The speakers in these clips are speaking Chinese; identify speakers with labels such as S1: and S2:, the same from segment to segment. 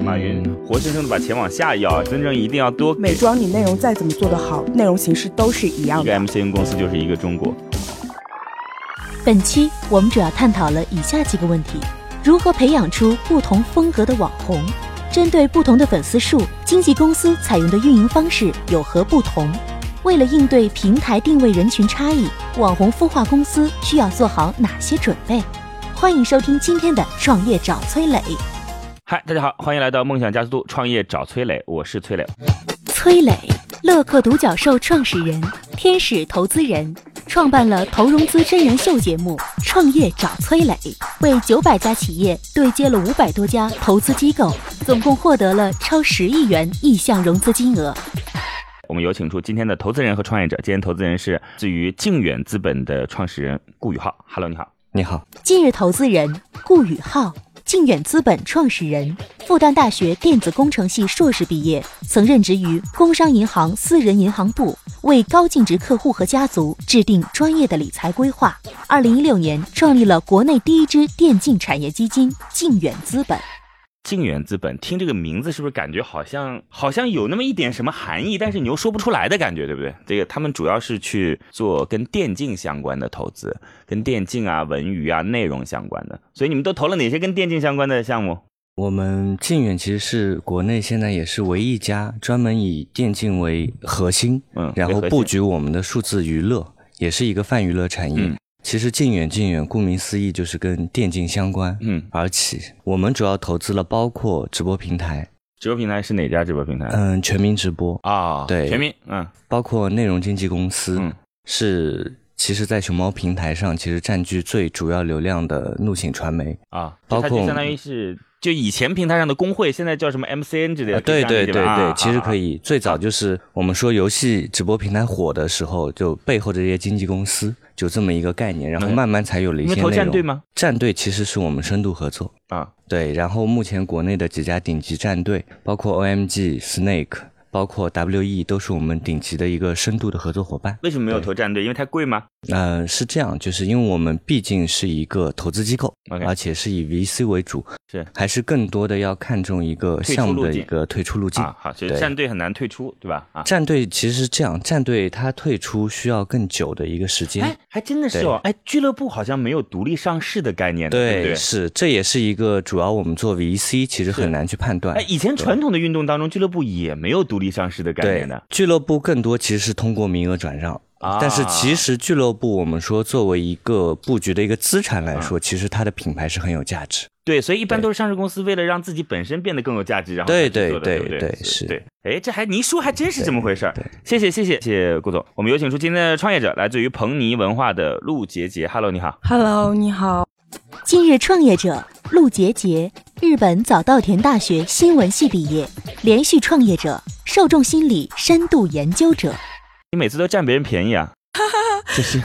S1: 马云活生生的把钱往下要，真正一定要多
S2: 美妆，你内容再怎么做得好，内容形式都是一样
S1: 一个
S2: 的。
S1: MCN 公司就是一个中国。
S3: 本期我们主要探讨了以下几个问题：如何培养出不同风格的网红？针对不同的粉丝数，经纪公司采用的运营方式有何不同？为了应对平台定位人群差异，网红孵化公司需要做好哪些准备？欢迎收听今天的《创业找崔磊》，
S1: 嗨，大家好，欢迎来到梦想加速度创业找崔磊，我是崔磊。
S3: 崔磊，乐客独角兽创始人，天使投资人，创办了投融资真人秀节目《创业找崔磊》，为九百家企业对接了五百多家投资机构，总共获得了超十亿元意向融资金额。
S1: 我们有请出今天的投资人和创业者。今天投资人是自于靖远资本的创始人顾宇浩。Hello，你好。
S4: 你好，
S3: 今日投资人顾宇浩，靖远资本创始人，复旦大学电子工程系硕士毕业，曾任职于工商银行私人银行部，为高净值客户和家族制定专业的理财规划。二零一六年创立了国内第一支电竞产业基金靖远资本。
S1: 靖远资本，听这个名字是不是感觉好像好像有那么一点什么含义，但是你又说不出来的感觉，对不对？这个他们主要是去做跟电竞相关的投资，跟电竞啊、文娱啊、内容相关的。所以你们都投了哪些跟电竞相关的项目？
S4: 我们靖远其实是国内现在也是唯一一家专门以电竞为核心，
S1: 嗯
S4: 然
S1: 为
S4: 后
S1: 核心
S4: 布局我们的数字娱乐，也是一个泛娱乐产业。
S1: 嗯
S4: 其实靖远靖远，顾名思义就是跟电竞相关，
S1: 嗯，
S4: 而且我们主要投资了包括直播平台，
S1: 直播平台是哪家直播平台？
S4: 嗯，全民直播，
S1: 啊、
S4: 对
S1: 全民，嗯
S4: 包括内容经纪公司，
S1: 嗯
S4: 是其实，在熊猫平台上其实占据最主要流量的怒请传媒，
S1: 啊，
S4: 包
S1: 它
S4: 括
S1: 就
S4: 我
S1: 相
S4: 们
S1: 当于是就以前平台上的工会，现在叫什么 MCN 之类的，
S4: 呃对
S1: 可以
S4: 对
S1: 这
S4: 对
S1: 样理解吧
S4: 对
S1: 啊，
S4: 其实可
S1: 啊
S4: 以。最早就是我们说游戏直播平台火的时候，就背后的这些经纪公司就这么一个概念，然后
S1: 嗯
S4: 慢慢才有了一
S1: 你们
S4: 些
S1: 投
S4: 内
S1: 战队
S4: 容。
S1: 吗？
S4: 战队其实是我们深度合作，
S1: 啊，
S4: 对。然后目前国内的几家顶级战队，包括 OMG、Snake，包括 WE，都是我们顶级的一个深度的合作伙伴。
S1: 为什么没有
S4: 对
S1: 投战队？因为太贵吗？
S4: 呃，是这样，就是因为我们毕竟是一个投资机构
S1: OK
S4: 而且是以 VC 为主，
S1: 是
S4: 还是更多的要看重一个
S1: 退出
S4: 项目
S1: 路
S4: 的一
S1: 径
S4: 个退出路径。
S1: 啊，好，所以
S4: 对
S1: 战队很难退出，对吧？啊，
S4: 战队其实是这样，战队它退出需要更久的一个时间。
S1: 哎，还真的是哦。哎，俱乐部好像没有独立上市的概念的，对不对？
S4: 是，这也是一个主要我们做 VC 其实
S1: 是
S4: 很难去判断
S1: 哎，。以前传统的运动当中，俱乐部也没有独立上市的概
S4: 对
S1: 念的，
S4: 俱乐部更多其实是通过名额转让，
S1: 啊
S4: 但是其实俱乐部我们说作为一个布局的一个资产来说，其实它的品牌是很有价值。
S1: 对，所以一般都是上市公司为了让自己本身变得更有价值，然后
S4: 对
S1: 才去做的
S4: 对
S1: 对不
S4: 对
S1: 对
S4: 对是
S1: 对。哎，这还您说还真是这么回事儿
S4: 对对。
S1: 谢谢谢谢谢谢顾总，我们有请出今天的创业者，来自于鹏尼文化的陆杰杰。Hello，你好。
S2: Hello，你好，
S3: 今日创业者陆杰杰，日本早稻田大学新闻系毕业，连续创业者，受众心理深度研究者。
S1: 你每次都占别人便宜啊，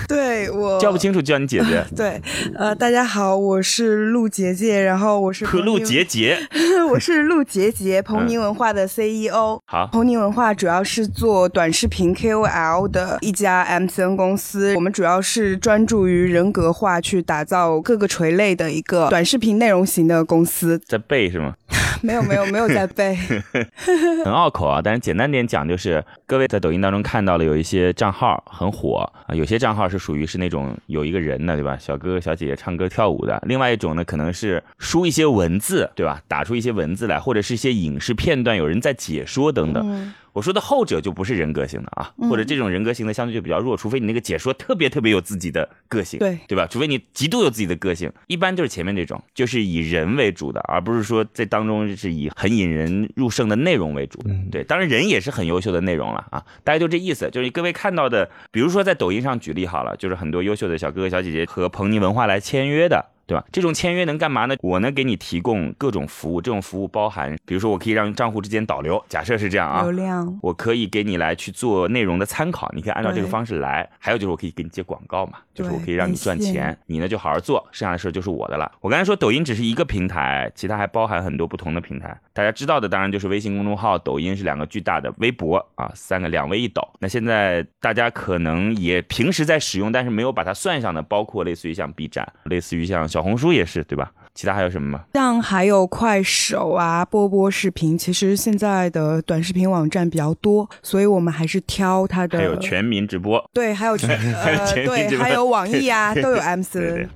S2: 对我
S1: 叫不清楚就叫你姐姐，
S2: 对，呃，大家好，我是陆杰杰，然后我是
S1: 和
S2: 鹏
S1: 陆嗯
S2: 宁
S1: 杰，杰。
S2: 我是 陆杰杰，鹏宁文化的 E CEO。
S1: 好，
S2: 鹏宁文化主要是做短视频 KOL 的一家 MCN 公司，我们主要是专注于人格化，去打造各个垂类的一个短视频内容型的公司。
S1: 在背是吗？
S2: 没有没有没有在背，
S1: 很拗口啊，但是简单点讲，就是各位在抖音当中看到了有一些账号很火啊，有些账号是属于是那种有一个人的，对吧？小哥哥小姐姐唱歌跳舞的，另外一种呢可能是输一些文字，对吧？打出一些文字来，或者是一些影视片段，有人在解说等等。
S2: 嗯
S1: 我说的后者就不是人格型的啊，
S2: 嗯
S1: 或者这种人格型的相对就比较弱，除非你那个解说特别特别有自己的个性，
S2: 对
S1: 对吧？除非你极度有自己的个性，一般就是前面这种，就是以人为主的，而不是说在当中是以很引人入胜的内容为主的。
S4: 嗯
S1: 对，当然人也是很优秀的内容了啊，大概就这意思。就是各位看到的，比如说在抖音上举例好了，就是很多优秀的小哥哥小姐姐和鹏尼文化来签约的。对吧？这种签约能干嘛呢？我能给你提供各种服务，这种服务包含，比如说我可以让账户之间导流，假设是这样啊
S2: 流，量，
S1: 我可以给你来去做内容的参考，你可以按照这个
S2: 对
S1: 方式来。还有就是我可以给你接广告嘛，就是我
S2: 对
S1: 可以让你
S2: 内
S1: 赚
S2: 线
S1: 钱，你呢就好好做，剩下的事儿就是我的了。我刚才说抖音只是一个平台，其他还包含很多不同的平台。大家知道的当然就是微信公众号、抖音是两个巨大的，微博啊三个两微一抖。那现在大家可能也平时在使用，但是没有把它算上的，包括类似于像 B 站，类似于像小红书也是，对吧？其他还有什么吗？
S2: 像还有快手啊、波波视频，其实现在的短视频网站比较多，所以我们还是挑它的。
S1: 还有全民直播，
S2: 对，还有全
S1: 还有
S2: 呃
S1: 全民直播
S2: 对，还有网易啊，
S1: 对
S2: 都有
S1: 对
S2: M 四。
S1: 对对。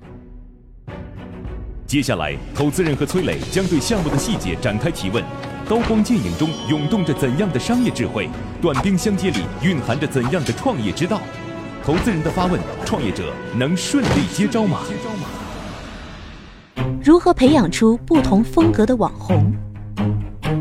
S5: 接下来，投资人和崔磊将对项目的细节展开提问。刀光剑影中涌动着怎样的商业智慧？短兵相接里蕴含着怎样的创业之道？投资人的发问，创业者能顺利接招吗？
S3: 如何培养出不同风格的网红？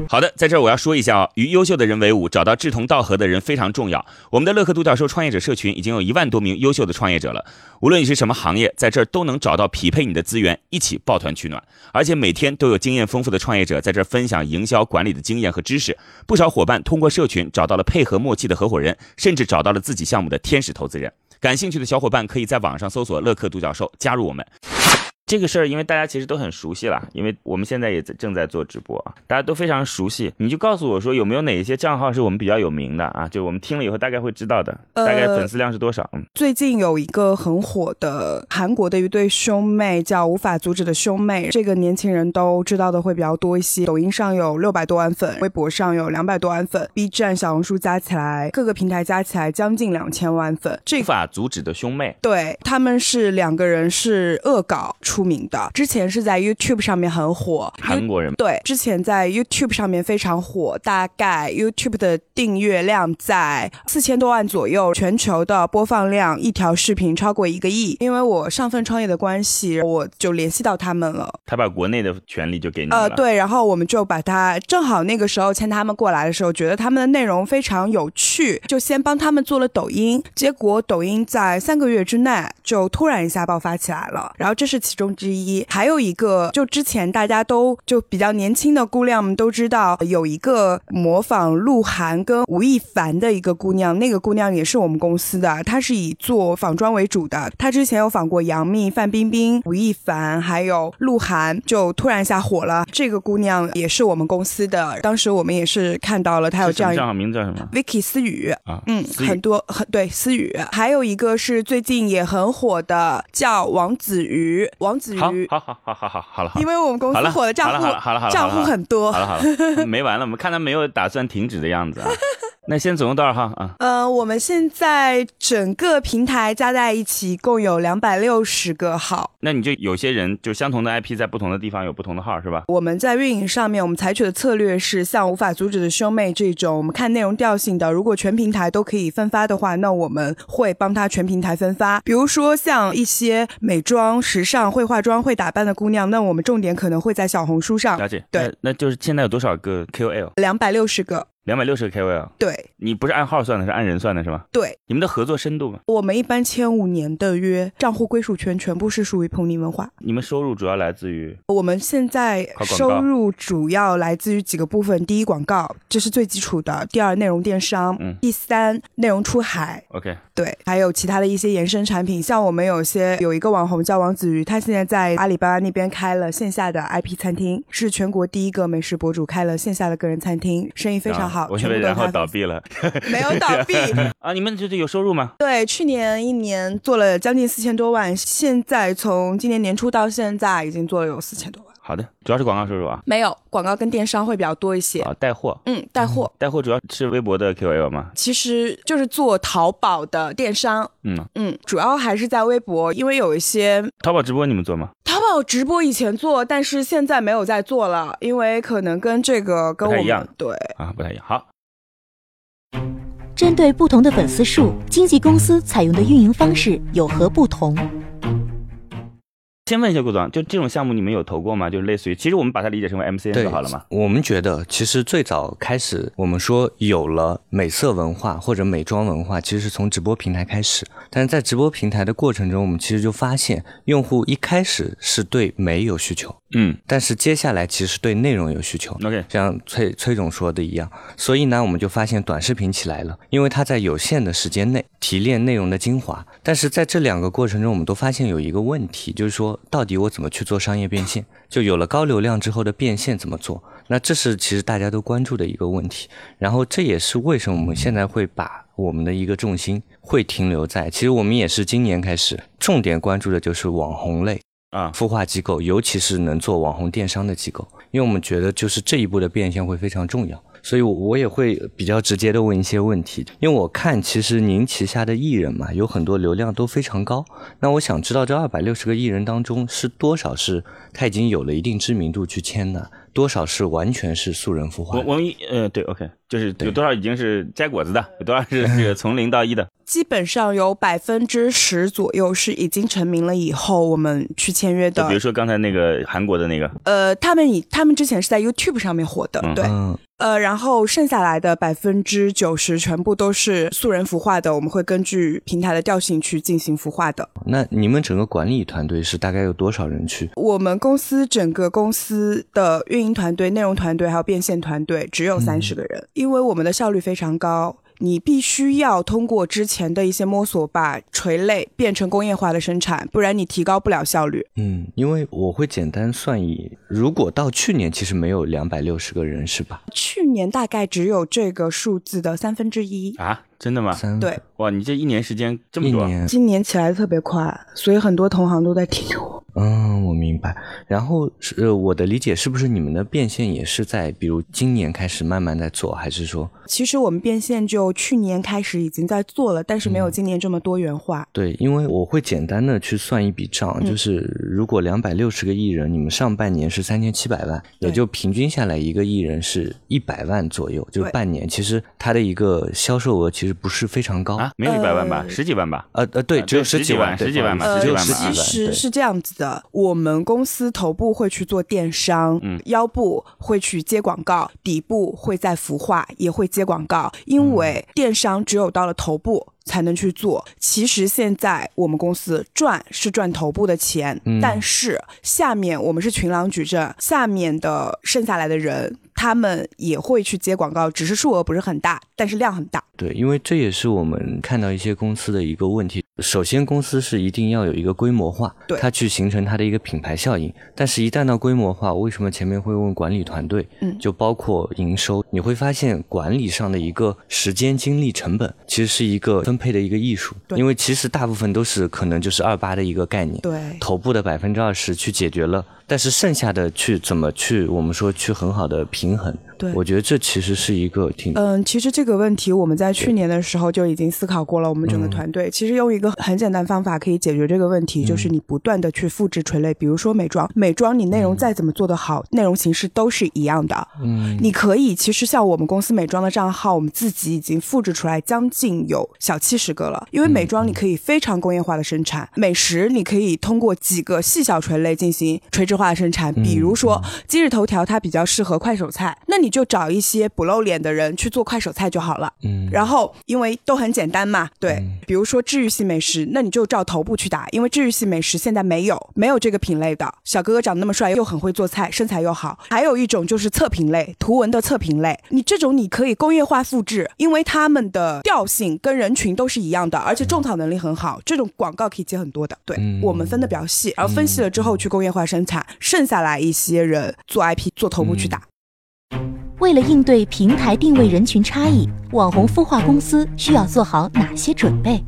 S1: 好的，在这儿我要说一下啊，与优秀的人为伍，找到志同道合的人非常重要。我们的乐客独角兽创业者社群已经有一万多名优秀的创业者了，无论你是什么行业，在这儿都能找到匹配你的资源，一起抱团取暖。而且每天都有经验丰富的创业者在这儿分享营销管理的经验和知识。不少伙伴通过社群找到了配合默契的合伙人，甚至找到了自己项目的天使投资人。感兴趣的小伙伴可以在网上搜索“乐客独角兽”，加入我们。这个事儿，因为大家其实都很熟悉了，因为我们现在也在正在做直播啊，大家都非常熟悉。你就告诉我说，有没有哪一些账号是我们比较有名的啊？就我们听了以后大概会知道的，大
S2: 呃
S1: 概粉丝量是多少？嗯，
S2: 最近有一个很火的韩国的一对兄妹，叫《无法阻止的兄妹》，这个年轻人都知道的会比较多一些。抖音上有六百多万粉，微博上有两百多万粉，B 站、小红书加起来，各个平台加起来将近两千万粉。这
S1: 无法阻止的兄妹，
S2: 对，他们是两个人是恶搞出名的，之前是在 YouTube 上面很火，
S1: 韩国人
S2: 对，之前在 YouTube 上面非常火，大概 YouTube 的订阅量在四千多万左右，全球的播放量一条视频超过一个亿。因为我上份创业的关系，我就联系到他们了。
S1: 他把国内的权利就给你们了。
S2: 呃，对，然后我们就把它正好那个时候签他们过来的时候，觉得他们的内容非常有趣，就先帮他们做了抖音。结果抖音在三个月之内就突然一下爆发起来了，然后这是其中之一。还有一个，就之前大家都就比较年轻的姑娘们都知道，哦有一个模仿鹿晗跟吴亦凡的一个姑娘，那个姑娘也是我们公司的，她是以做仿妆为主的，她之前有仿过杨幂、范冰冰、吴亦凡，还有鹿晗，就突然一下火了。这个姑娘也是我们公司的，当时我们也是看到了她有
S1: 是
S2: 这
S1: 什么
S2: 样一
S1: 账号名字叫什么
S2: Vicky 思雨，
S1: 啊？
S2: 嗯，
S1: 思雨
S2: 很多很对思雨，还有一个是最近也很火的叫王子瑜，王子
S1: 好
S2: 瑜，
S1: 好好好好好好了，好
S2: 因为我们公
S1: 好
S2: 司
S1: 了
S2: 火的账户
S1: 好了好了好了好了
S2: 账户很多
S1: 好，了好了，没完了，我们看他没有打算停止的样子啊。那现在总共多少号啊？
S2: 呃，我们现在整个平台加在一起共有两百六十个号。
S1: 那你就有些人就相同的 IP 在不同的地方有不同的号是吧？
S2: 我们在运营上面，我们采取的策略是像无法阻止的兄妹这种，我们看内容调性的，如果全平台都可以分发的话，那我们会帮它全平台分发。比如说像一些美妆、时尚、会化妆、会打扮的姑娘，那我们重点可能会在小红书上
S1: 了解。
S2: 对
S1: 那，那就是现在有多少个 KOL？
S2: 两百六十个。
S1: 两百六十个 KOL，
S2: 对
S1: 你不是按号算的，是按人算的是吧？
S2: 对，
S1: 你们的合作深度吗？
S2: 我们一般签五年的约，账户归属权全部是属于彭尼文化。
S1: 你们收入主要来自于
S2: 我们现在
S1: 靠广告
S2: 收入主要来自于几个部分：第一，广告，这是最基础的；第二，内容电商；
S1: 嗯
S2: 第三，内容出海。
S1: OK
S2: 对，还有其他的一些延伸产品，像我们有些有一个网红叫王子瑜，他现在在阿里巴巴那边开了线下的 IP 餐厅，是全国第一个美食博主开了线下的个人餐厅，生意非常好，
S1: 啊我以
S2: 全部
S1: 为
S2: 都是
S1: 然后
S2: 他
S1: 倒闭了
S2: 没有倒 闭。
S1: 啊！你们就是有收入吗？
S2: 对，去年一年做了将近四千多万，现在从今年年初到现在已经做了有四千多万，
S1: 好的，主要是广告收入啊。
S2: 没有广告跟电商会比较多一些。
S1: 啊，带货，
S2: 嗯，带货
S1: 带货主要是微博的 KOL 吗？
S2: 其实就是做淘宝的电商，
S1: 嗯，
S2: 嗯，主要还是在微博，因为有一些
S1: 淘宝直播你们做吗？
S2: 淘宝直播以前做，但是现在没有在做了，因为可能跟这个跟
S1: 不太
S2: 我
S1: 一样
S2: 们对
S1: 啊，不太一样。好，
S3: 针对不同的粉丝数，经纪公司采用的运营方式有何不同？
S1: 先问一下顾总，就这种项目你们有投过吗？就是类似于，其实我们把它理解成为 MCN
S4: 对
S1: 就好了嘛。
S4: 我们觉得，其实最早开始，我们说有了美色文化或者美妆文化，其实是从直播平台开始。但是在直播平台的过程中，我们其实就发现，用户一开始是对美有需求，
S1: 嗯
S4: 但是接下来其实对内容有需求。
S1: ，OK，
S4: 像崔崔总说的一样，所以呢，我们就发现短视频起来了，因为它在有限的时间内提炼内容的精华。但是在这两个过程中，我们都发现有一个问题，就是说到底我怎么去做商业变现？就有了高流量之后的变现怎么做？那这是其实大家都关注的一个问题。然后这也是为什么我们现在会把我们的一个重心会停留在，其实我们也是今年开始重点关注的就是网红类。
S1: 啊，
S4: 孵化机构，尤其是能做网红电商的机构，因为我们觉得就是这一步的变现会非常重要。所以我，我也会比较直接的问一些问题，因为我看其实您旗下的艺人嘛，有很多流量都非常高。那我想知道这二百六十个艺人当中，是多少是他已经有了一定知名度去签的，多少是完全是素人孵化
S1: 我
S4: 的？
S1: 我们一呃对，OK，就是有
S4: 对
S1: 多少已经是摘果子的，有 多少是这个从零到 一的。
S2: 基本上有百分之十左右是已经成名了以后我们去签约
S1: 就比如
S2: 的。
S1: 说刚才那个韩国的那个，
S2: 呃，他们以他们之前是在 YouTube 上面火的，
S1: 嗯
S2: 对。
S4: 嗯，
S2: 呃，然后剩下来的百分之九十全部都是素人孵化的，我们会根据平台的调性去进行孵化的。
S4: 那你们整个管理团队是大概有多少人去？
S2: 我们公司整个公司的运营团队、内容团队还有变现团队只有三十个人，因为我们的效率非常高。你必须要通过之前的一些摸索，把垂类变成工业化的生产，不然你提高不了效率。
S4: 嗯，因为我会简单算一，如果到去年其实没有两百六十个人是吧？
S2: 去年大概只有这个数字的三分之一。
S1: 啊，真的吗？
S4: 三
S2: 对，
S1: 哇，你这一年时间这么
S4: 一
S1: 多，
S4: 年，
S2: 今年起来的特别快，所以很多同行都在盯着我。
S4: 嗯，我明白。然后是、呃、我的理解，是不是你们的变现也是在比如今年开始慢慢在做，还是说
S2: 其实我们变现就去年开始已经在做了，但是没有今年这么多元化。
S4: 对？因为我会简单的去算一笔账，
S2: 嗯
S4: 就是如果两百六十个艺人，你们上半年是三千七百万，也
S2: 对
S4: 就平均下来一个艺人是一百万左右，就是
S2: 对
S4: 半年。其实它的一个销售额其实不是非常高。
S1: 啊，没有一百万吧，
S2: 呃
S1: 十几万吧。
S4: 呃呃，对，
S1: 啊
S4: 只有
S1: 对十
S4: 几
S1: 几万
S4: 对
S1: 十几万
S4: 不
S1: 嘛
S4: 好意
S1: 十几
S4: 思只
S1: 万
S4: 有
S1: 嘛
S4: 十几
S2: 其
S4: 万。
S2: 实
S4: 对
S2: 是这样子的，我们公司头部会去做电商，
S1: 嗯
S2: 腰部会去接广告，底部会在孵化，也会接广告，因为电商只有到了头部。才能去做。其实现在我们公司赚是赚头部的钱，
S4: 嗯
S2: 但是下面我们是群狼矩阵，下面的剩下来的人，他们也会去接广告，只是数额不是很大，但是量很大。
S4: 对，因为这也是我们看到一些公司的一个问题。首先，公司是一定要有一个规模化，
S2: 对
S4: 它去形成它的一个品牌效应。但是，一旦到规模化，为什么前面会问管理团队？
S2: 嗯
S4: 就包括营收，你会发现管理上的一个时间、精力、成本，其实是一个分配的一个艺术。
S2: 对
S4: 因为其实大部分都是可能就是二八的一个概念。
S2: 对，
S4: 头部的百分之二十去解决了，但是剩下的去怎么去，我们说去很好的平衡。
S2: 对
S4: 我觉得这其实是一个挺
S2: 嗯，其实这个问题我们在去年的时候就已经思考过了。我们整个
S4: 嗯
S2: 团队、其实用一个很简单方法可以解决这个问题，
S4: 嗯
S2: 就是你不断的去复制垂类，比如说美妆，美妆你内容再怎么做得好，内容形式都是一样的。
S4: 嗯
S2: 你可以其实像我们公司美妆的账号，我们自己已经复制出来将近有小七十个了。因为美妆你可以非常工业化的生产，美食你可以通过几个细小垂类进行垂直化的生产，比如说今日头条它比较适合快手菜，那你就找一些不露脸的人去做快手菜就好了。
S4: 嗯
S2: 然后因为都很简单嘛，对，比如说治愈系美食，那你就照头部去打，因为治愈系美食现在没有没有这个品类的。小哥哥长得那么帅，又很会做菜，身材又好。还有一种就是测评类，图文的测评类，你这种你可以工业化复制，因为他们的调性跟人群都是一样的，而且种草能力很好，这种广告可以接很多的。对、
S4: 嗯
S2: 我们分的比较细，然后分析了之后去工业化生产，剩下来一些人做 IP 做头部去打。
S3: 为了应对平台定位人群差异，网红孵化公司需要做好哪些准备？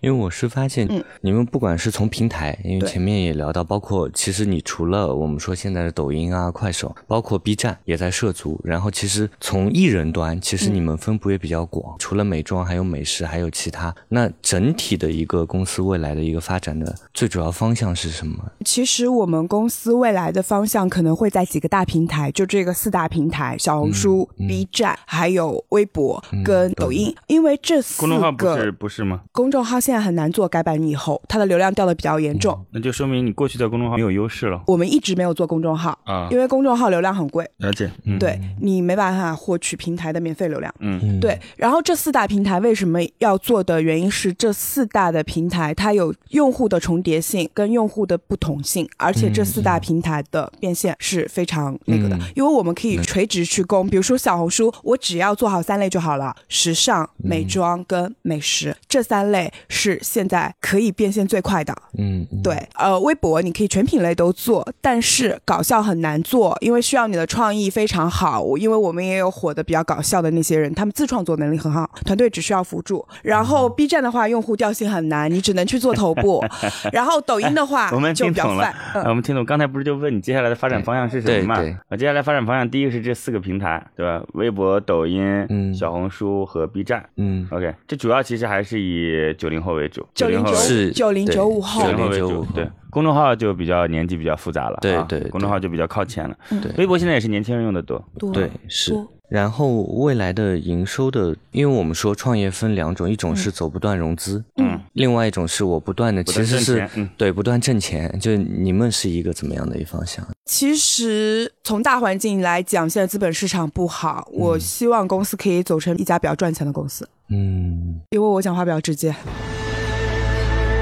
S4: 因为我是发现
S2: 嗯，
S4: 你们不管是从平台，因为
S2: 对
S4: 前面也聊到，包括其实你除了我们说现在的抖音啊、快手，包括 B 站也在涉足，然后其实从艺人端，其实
S2: 嗯
S4: 你们分布也比较广，除了美妆，还有美食，还有其他。那整体的一个公司未来的一个发展的最主要方向是什么？
S2: 其实我们公司未来的方向可能会在几个大平台，就这个四大平台：小红书、
S4: 嗯嗯
S2: B 站，还有微博
S4: 嗯
S2: 跟抖音。因为这四
S1: 公众号不是
S2: 个
S1: 不是吗？
S2: 公众号现现在很难做改版逆后，它的流量掉的比较严重。
S4: 嗯
S1: 那就说明你过去在公众号没有优势了
S2: 我们一直没有做公众号，
S1: 啊
S2: 因为公众号流量很贵，
S1: 了解，嗯，
S2: 对你没办法获取平台的免费流量。
S1: 嗯，
S2: 对，然后这四大平台为什么要做的原因是，这四大的平台它有用户的重叠性跟用户的不同性，而且这四大平台的变现是非常那个的，因为我们可以垂直去攻，比如说小红书，我只要做好三类就好了，时尚、美妆跟美食这三类是现在可以变现最快的。
S4: 嗯，嗯，
S2: 对，呃，微博你可以全品类都做，但是搞笑很难做，因为需要你的创意非常好。因为我们也有火的比较搞笑的那些人，他们自创作能力很好，团队只需要辅助。然
S1: 嗯
S2: 后 B 站的话，用户调性很难，你只能去做 头部。然后抖音的话，
S1: 我们
S2: 就
S1: 听
S2: 比较
S1: 懂了
S2: 泛。嗯
S1: 啊，我们听懂，刚才不是就问你接下来的发展方向是什么嘛
S4: 嗯对对？
S1: 啊，接下来发展方向第一个是这四个平台，对吧？微博、抖音、
S4: 嗯
S1: 小红书和 B 站。
S4: 嗯，
S1: OK，这主要其实还是以九零后为主，
S2: 九零
S1: 后
S2: 九
S4: 是
S2: 九零
S4: 对
S2: 九五嗯后
S1: 九零
S4: 90
S1: 后为
S4: 95
S1: 主
S4: 后，
S1: 对。公众号就比较年纪比较复杂了啊，
S4: 对对对嗯
S1: 公众号就比较靠前了。
S4: 对
S1: 微博现在也是年轻人用的多，
S2: 多
S4: 对是
S2: 多。
S4: 然后未来的营收的，因为我们说创业分两种，一
S2: 嗯
S4: 种是走不断融资，
S1: 嗯，
S4: 另外一种是我不断的，
S1: 不
S4: 其
S1: 断
S4: 实
S1: 挣
S4: 是
S1: 钱嗯
S4: 对不断挣钱。就你们是一个怎么样的一方向？
S2: 其实从大环境来讲，现在资本市场不好，
S1: 嗯
S2: 我希望公司可以走成一家比较赚钱的公司，
S4: 嗯，
S2: 因为我讲话比较直接。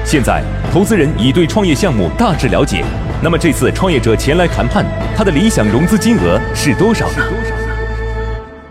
S5: 现在，投资人已对创业项目大致了解。那么这次创业者前来谈判，他的理想融资金额是多少呢？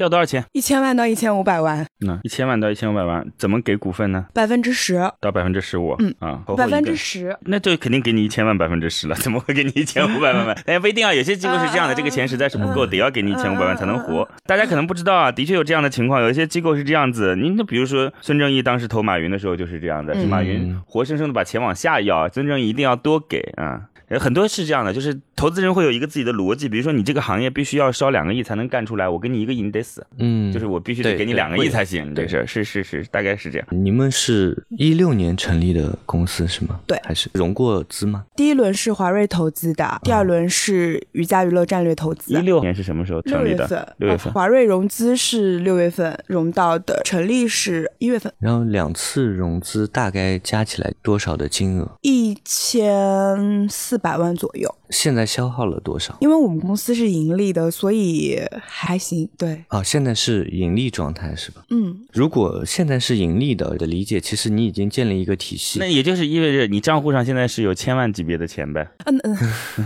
S1: 要多少钱？
S2: 一千万到一千五百万，
S1: 那一千万到一千五百万，怎么给股份呢？
S2: 百分之十，
S1: 到百分之十五，
S2: 嗯
S1: 啊，
S2: 百分之十。
S1: 那就肯定给你一千万百分之十了， 怎么会给你一千五百 万？哎，不一定啊，有些机构是这样的，
S2: 嗯
S1: 这个钱实在是不够，
S2: 嗯
S1: 得要给你一千五百万才能活。大家可能不知道啊，的确有这样的情况，有一些机构是这样子。您就比如说孙正义当时投马云的时候就是这样的，
S2: 嗯
S1: 是马云活生生的把钱往下要，孙正义一定要多给啊。呃很多是这样的，就是投资人会有一个自己的逻辑，比如说你这个行业必须要烧两个亿才能干出来，我给你一个亿你得死，
S4: 嗯，
S1: 就是我必须得
S4: 对
S1: 给你
S4: 对
S1: 两个
S4: 会
S1: 亿
S4: 的
S1: 才行，这
S4: 对
S1: 事儿是是是，大概是这样。
S4: 你们是一六年成立的公司是吗？
S2: 对
S4: 还是融过资吗？
S2: 第一轮是华瑞投资的，第二轮是瑜伽娱乐战略投
S1: 嗯
S2: 资
S1: 一
S2: 的。
S1: 六年是什么时候
S2: 六
S1: 成立
S2: 月
S1: 的
S2: 份？，
S1: 六月份
S2: 啊。华瑞融资是六月份融到的，成立是一月份，
S4: 然后两次融资大概加起来多少的金额？
S2: 一千四百万左右。
S4: 现在消耗了多少？
S2: 因为我们公司是盈利的，所以还行。对，
S4: 啊，现在是盈利状态是吧？
S2: 嗯，
S4: 如果现在是盈利的，我的理解其实你已经建立一个体系
S1: 那。也就是意味着你账户上现在是有千万级别的钱呗？
S2: 嗯嗯，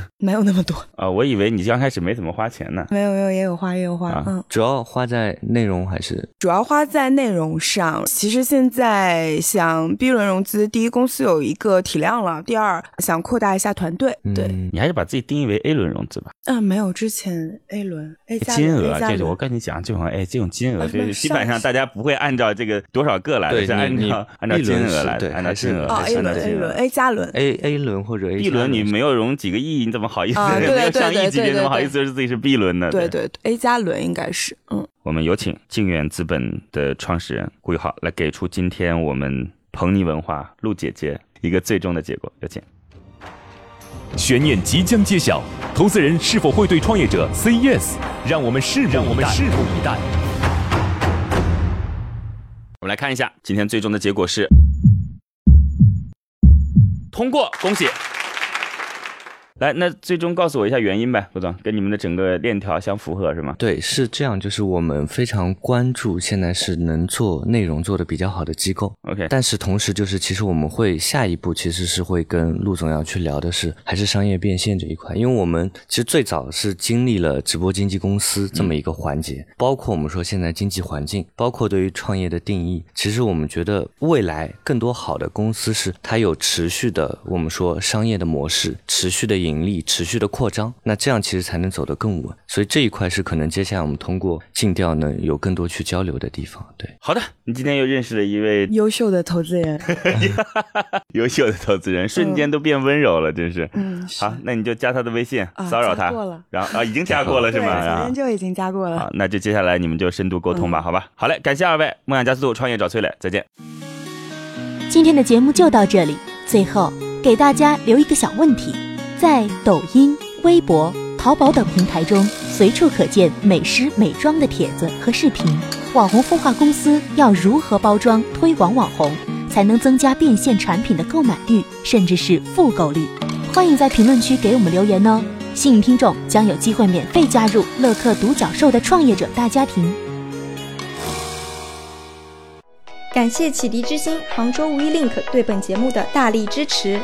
S2: 没有那么多，
S1: 啊、我以为你刚开始没怎么花钱呢。
S2: 没有没有也有花也有花，
S1: 啊
S2: 嗯。
S4: 主要花在内容还是
S2: 主要花在内容上。其实现在想 B 轮融资，第一公司有一个体量了，第二想扩大一下团队。对，嗯、
S4: 嗯
S1: 你还是把自己定义为 A 轮融资吧，
S2: 呃没有之前 A 轮 A 加
S1: 哎金额啊
S2: A
S1: 这
S2: 加轮
S1: 种，我跟你讲，这种哎，这种金额，
S2: 啊
S1: 这
S2: 那
S1: 基
S2: 上
S1: 本上大家不会按照这个多少个来的，
S4: 对
S1: 是
S4: 你
S1: 按
S4: 你
S1: 照按照
S4: 一
S1: 金
S4: 轮
S1: 额
S4: 是
S1: 来的，
S4: 对
S1: 按照
S4: 还是
S1: 金额
S2: 哦
S1: 来
S2: A
S1: 算
S2: 轮
S1: 的
S2: A
S1: 金
S2: 轮
S1: 额。
S2: A 加轮
S4: A A 轮或者 A 加
S1: B 轮你没有融几个亿，你怎么好意思？
S2: 啊对
S1: 没有
S2: 对
S1: 上
S2: 对
S1: 亿级别
S2: 对
S1: 怎么好
S2: 对
S1: 意思说自己是 B 轮的？
S2: 对对对 A 加轮应该是嗯
S1: 我们有请靖远资本的创始人顾宇浩来给出今天我们彭尼文化陆姐姐一个最终的结果。有请。
S5: 悬念即将揭晓，投资人是否会对创业者 say yes？让我们拭目以待。
S1: 我们来看一下今天最终的结果是通过，恭喜！来，那最终告诉我一下原因呗，陆总，跟你们的整个链条相符合是吗？
S4: 对，是这样，就是我们非常关注现在是能做内容做得比较好的机构，
S1: OK，
S4: 但是同时就是其实我们会下一步其实是会跟陆总要去聊的是还是商业变现这一块，因为我们其实最早是经历了直播经纪公司这么一个环节，包括我们说现在经济环境，包括对于创业的定义，其实我们觉得未来更多好的公司是它有持续的我们说商业的模式，持续的盈利、持续的扩张，那这样其实才能走得更稳。所以这一块是可能接下来我们通过尽调呢有更多去交流的地方。对，
S1: 好的，你今天又认识了一位
S2: 优秀的投资人，
S1: 优秀的投资人，瞬间都变温柔了，真是。
S2: 嗯，是
S1: 好，那你就加他的微信，
S2: 啊
S1: 骚扰
S2: 加
S1: 他
S2: 过了，
S1: 然后啊，已经加过了是
S2: 对，
S1: 吗？
S2: 昨
S1: 啊
S2: 天就已经加过了嗯
S1: 好，，那就接下来你们就深度沟通吧，好吧？好嘞，感谢二位，梦想加速度，创业找崔磊，再见。
S3: 今天的节目就到这里。最后给大家留一个小问题：在抖音、微博、淘宝等平台中，随处可见美食美妆的帖子和视频。网红孵化公司要如何包装推广网红，才能增加变现产品的购买率，甚至是复购率？欢迎在评论区给我们留言哦。幸运听众将有机会免费加入乐客独角兽的创业者大家庭。
S6: 感谢启迪之星、杭州无一 link 对本节目的大力支持。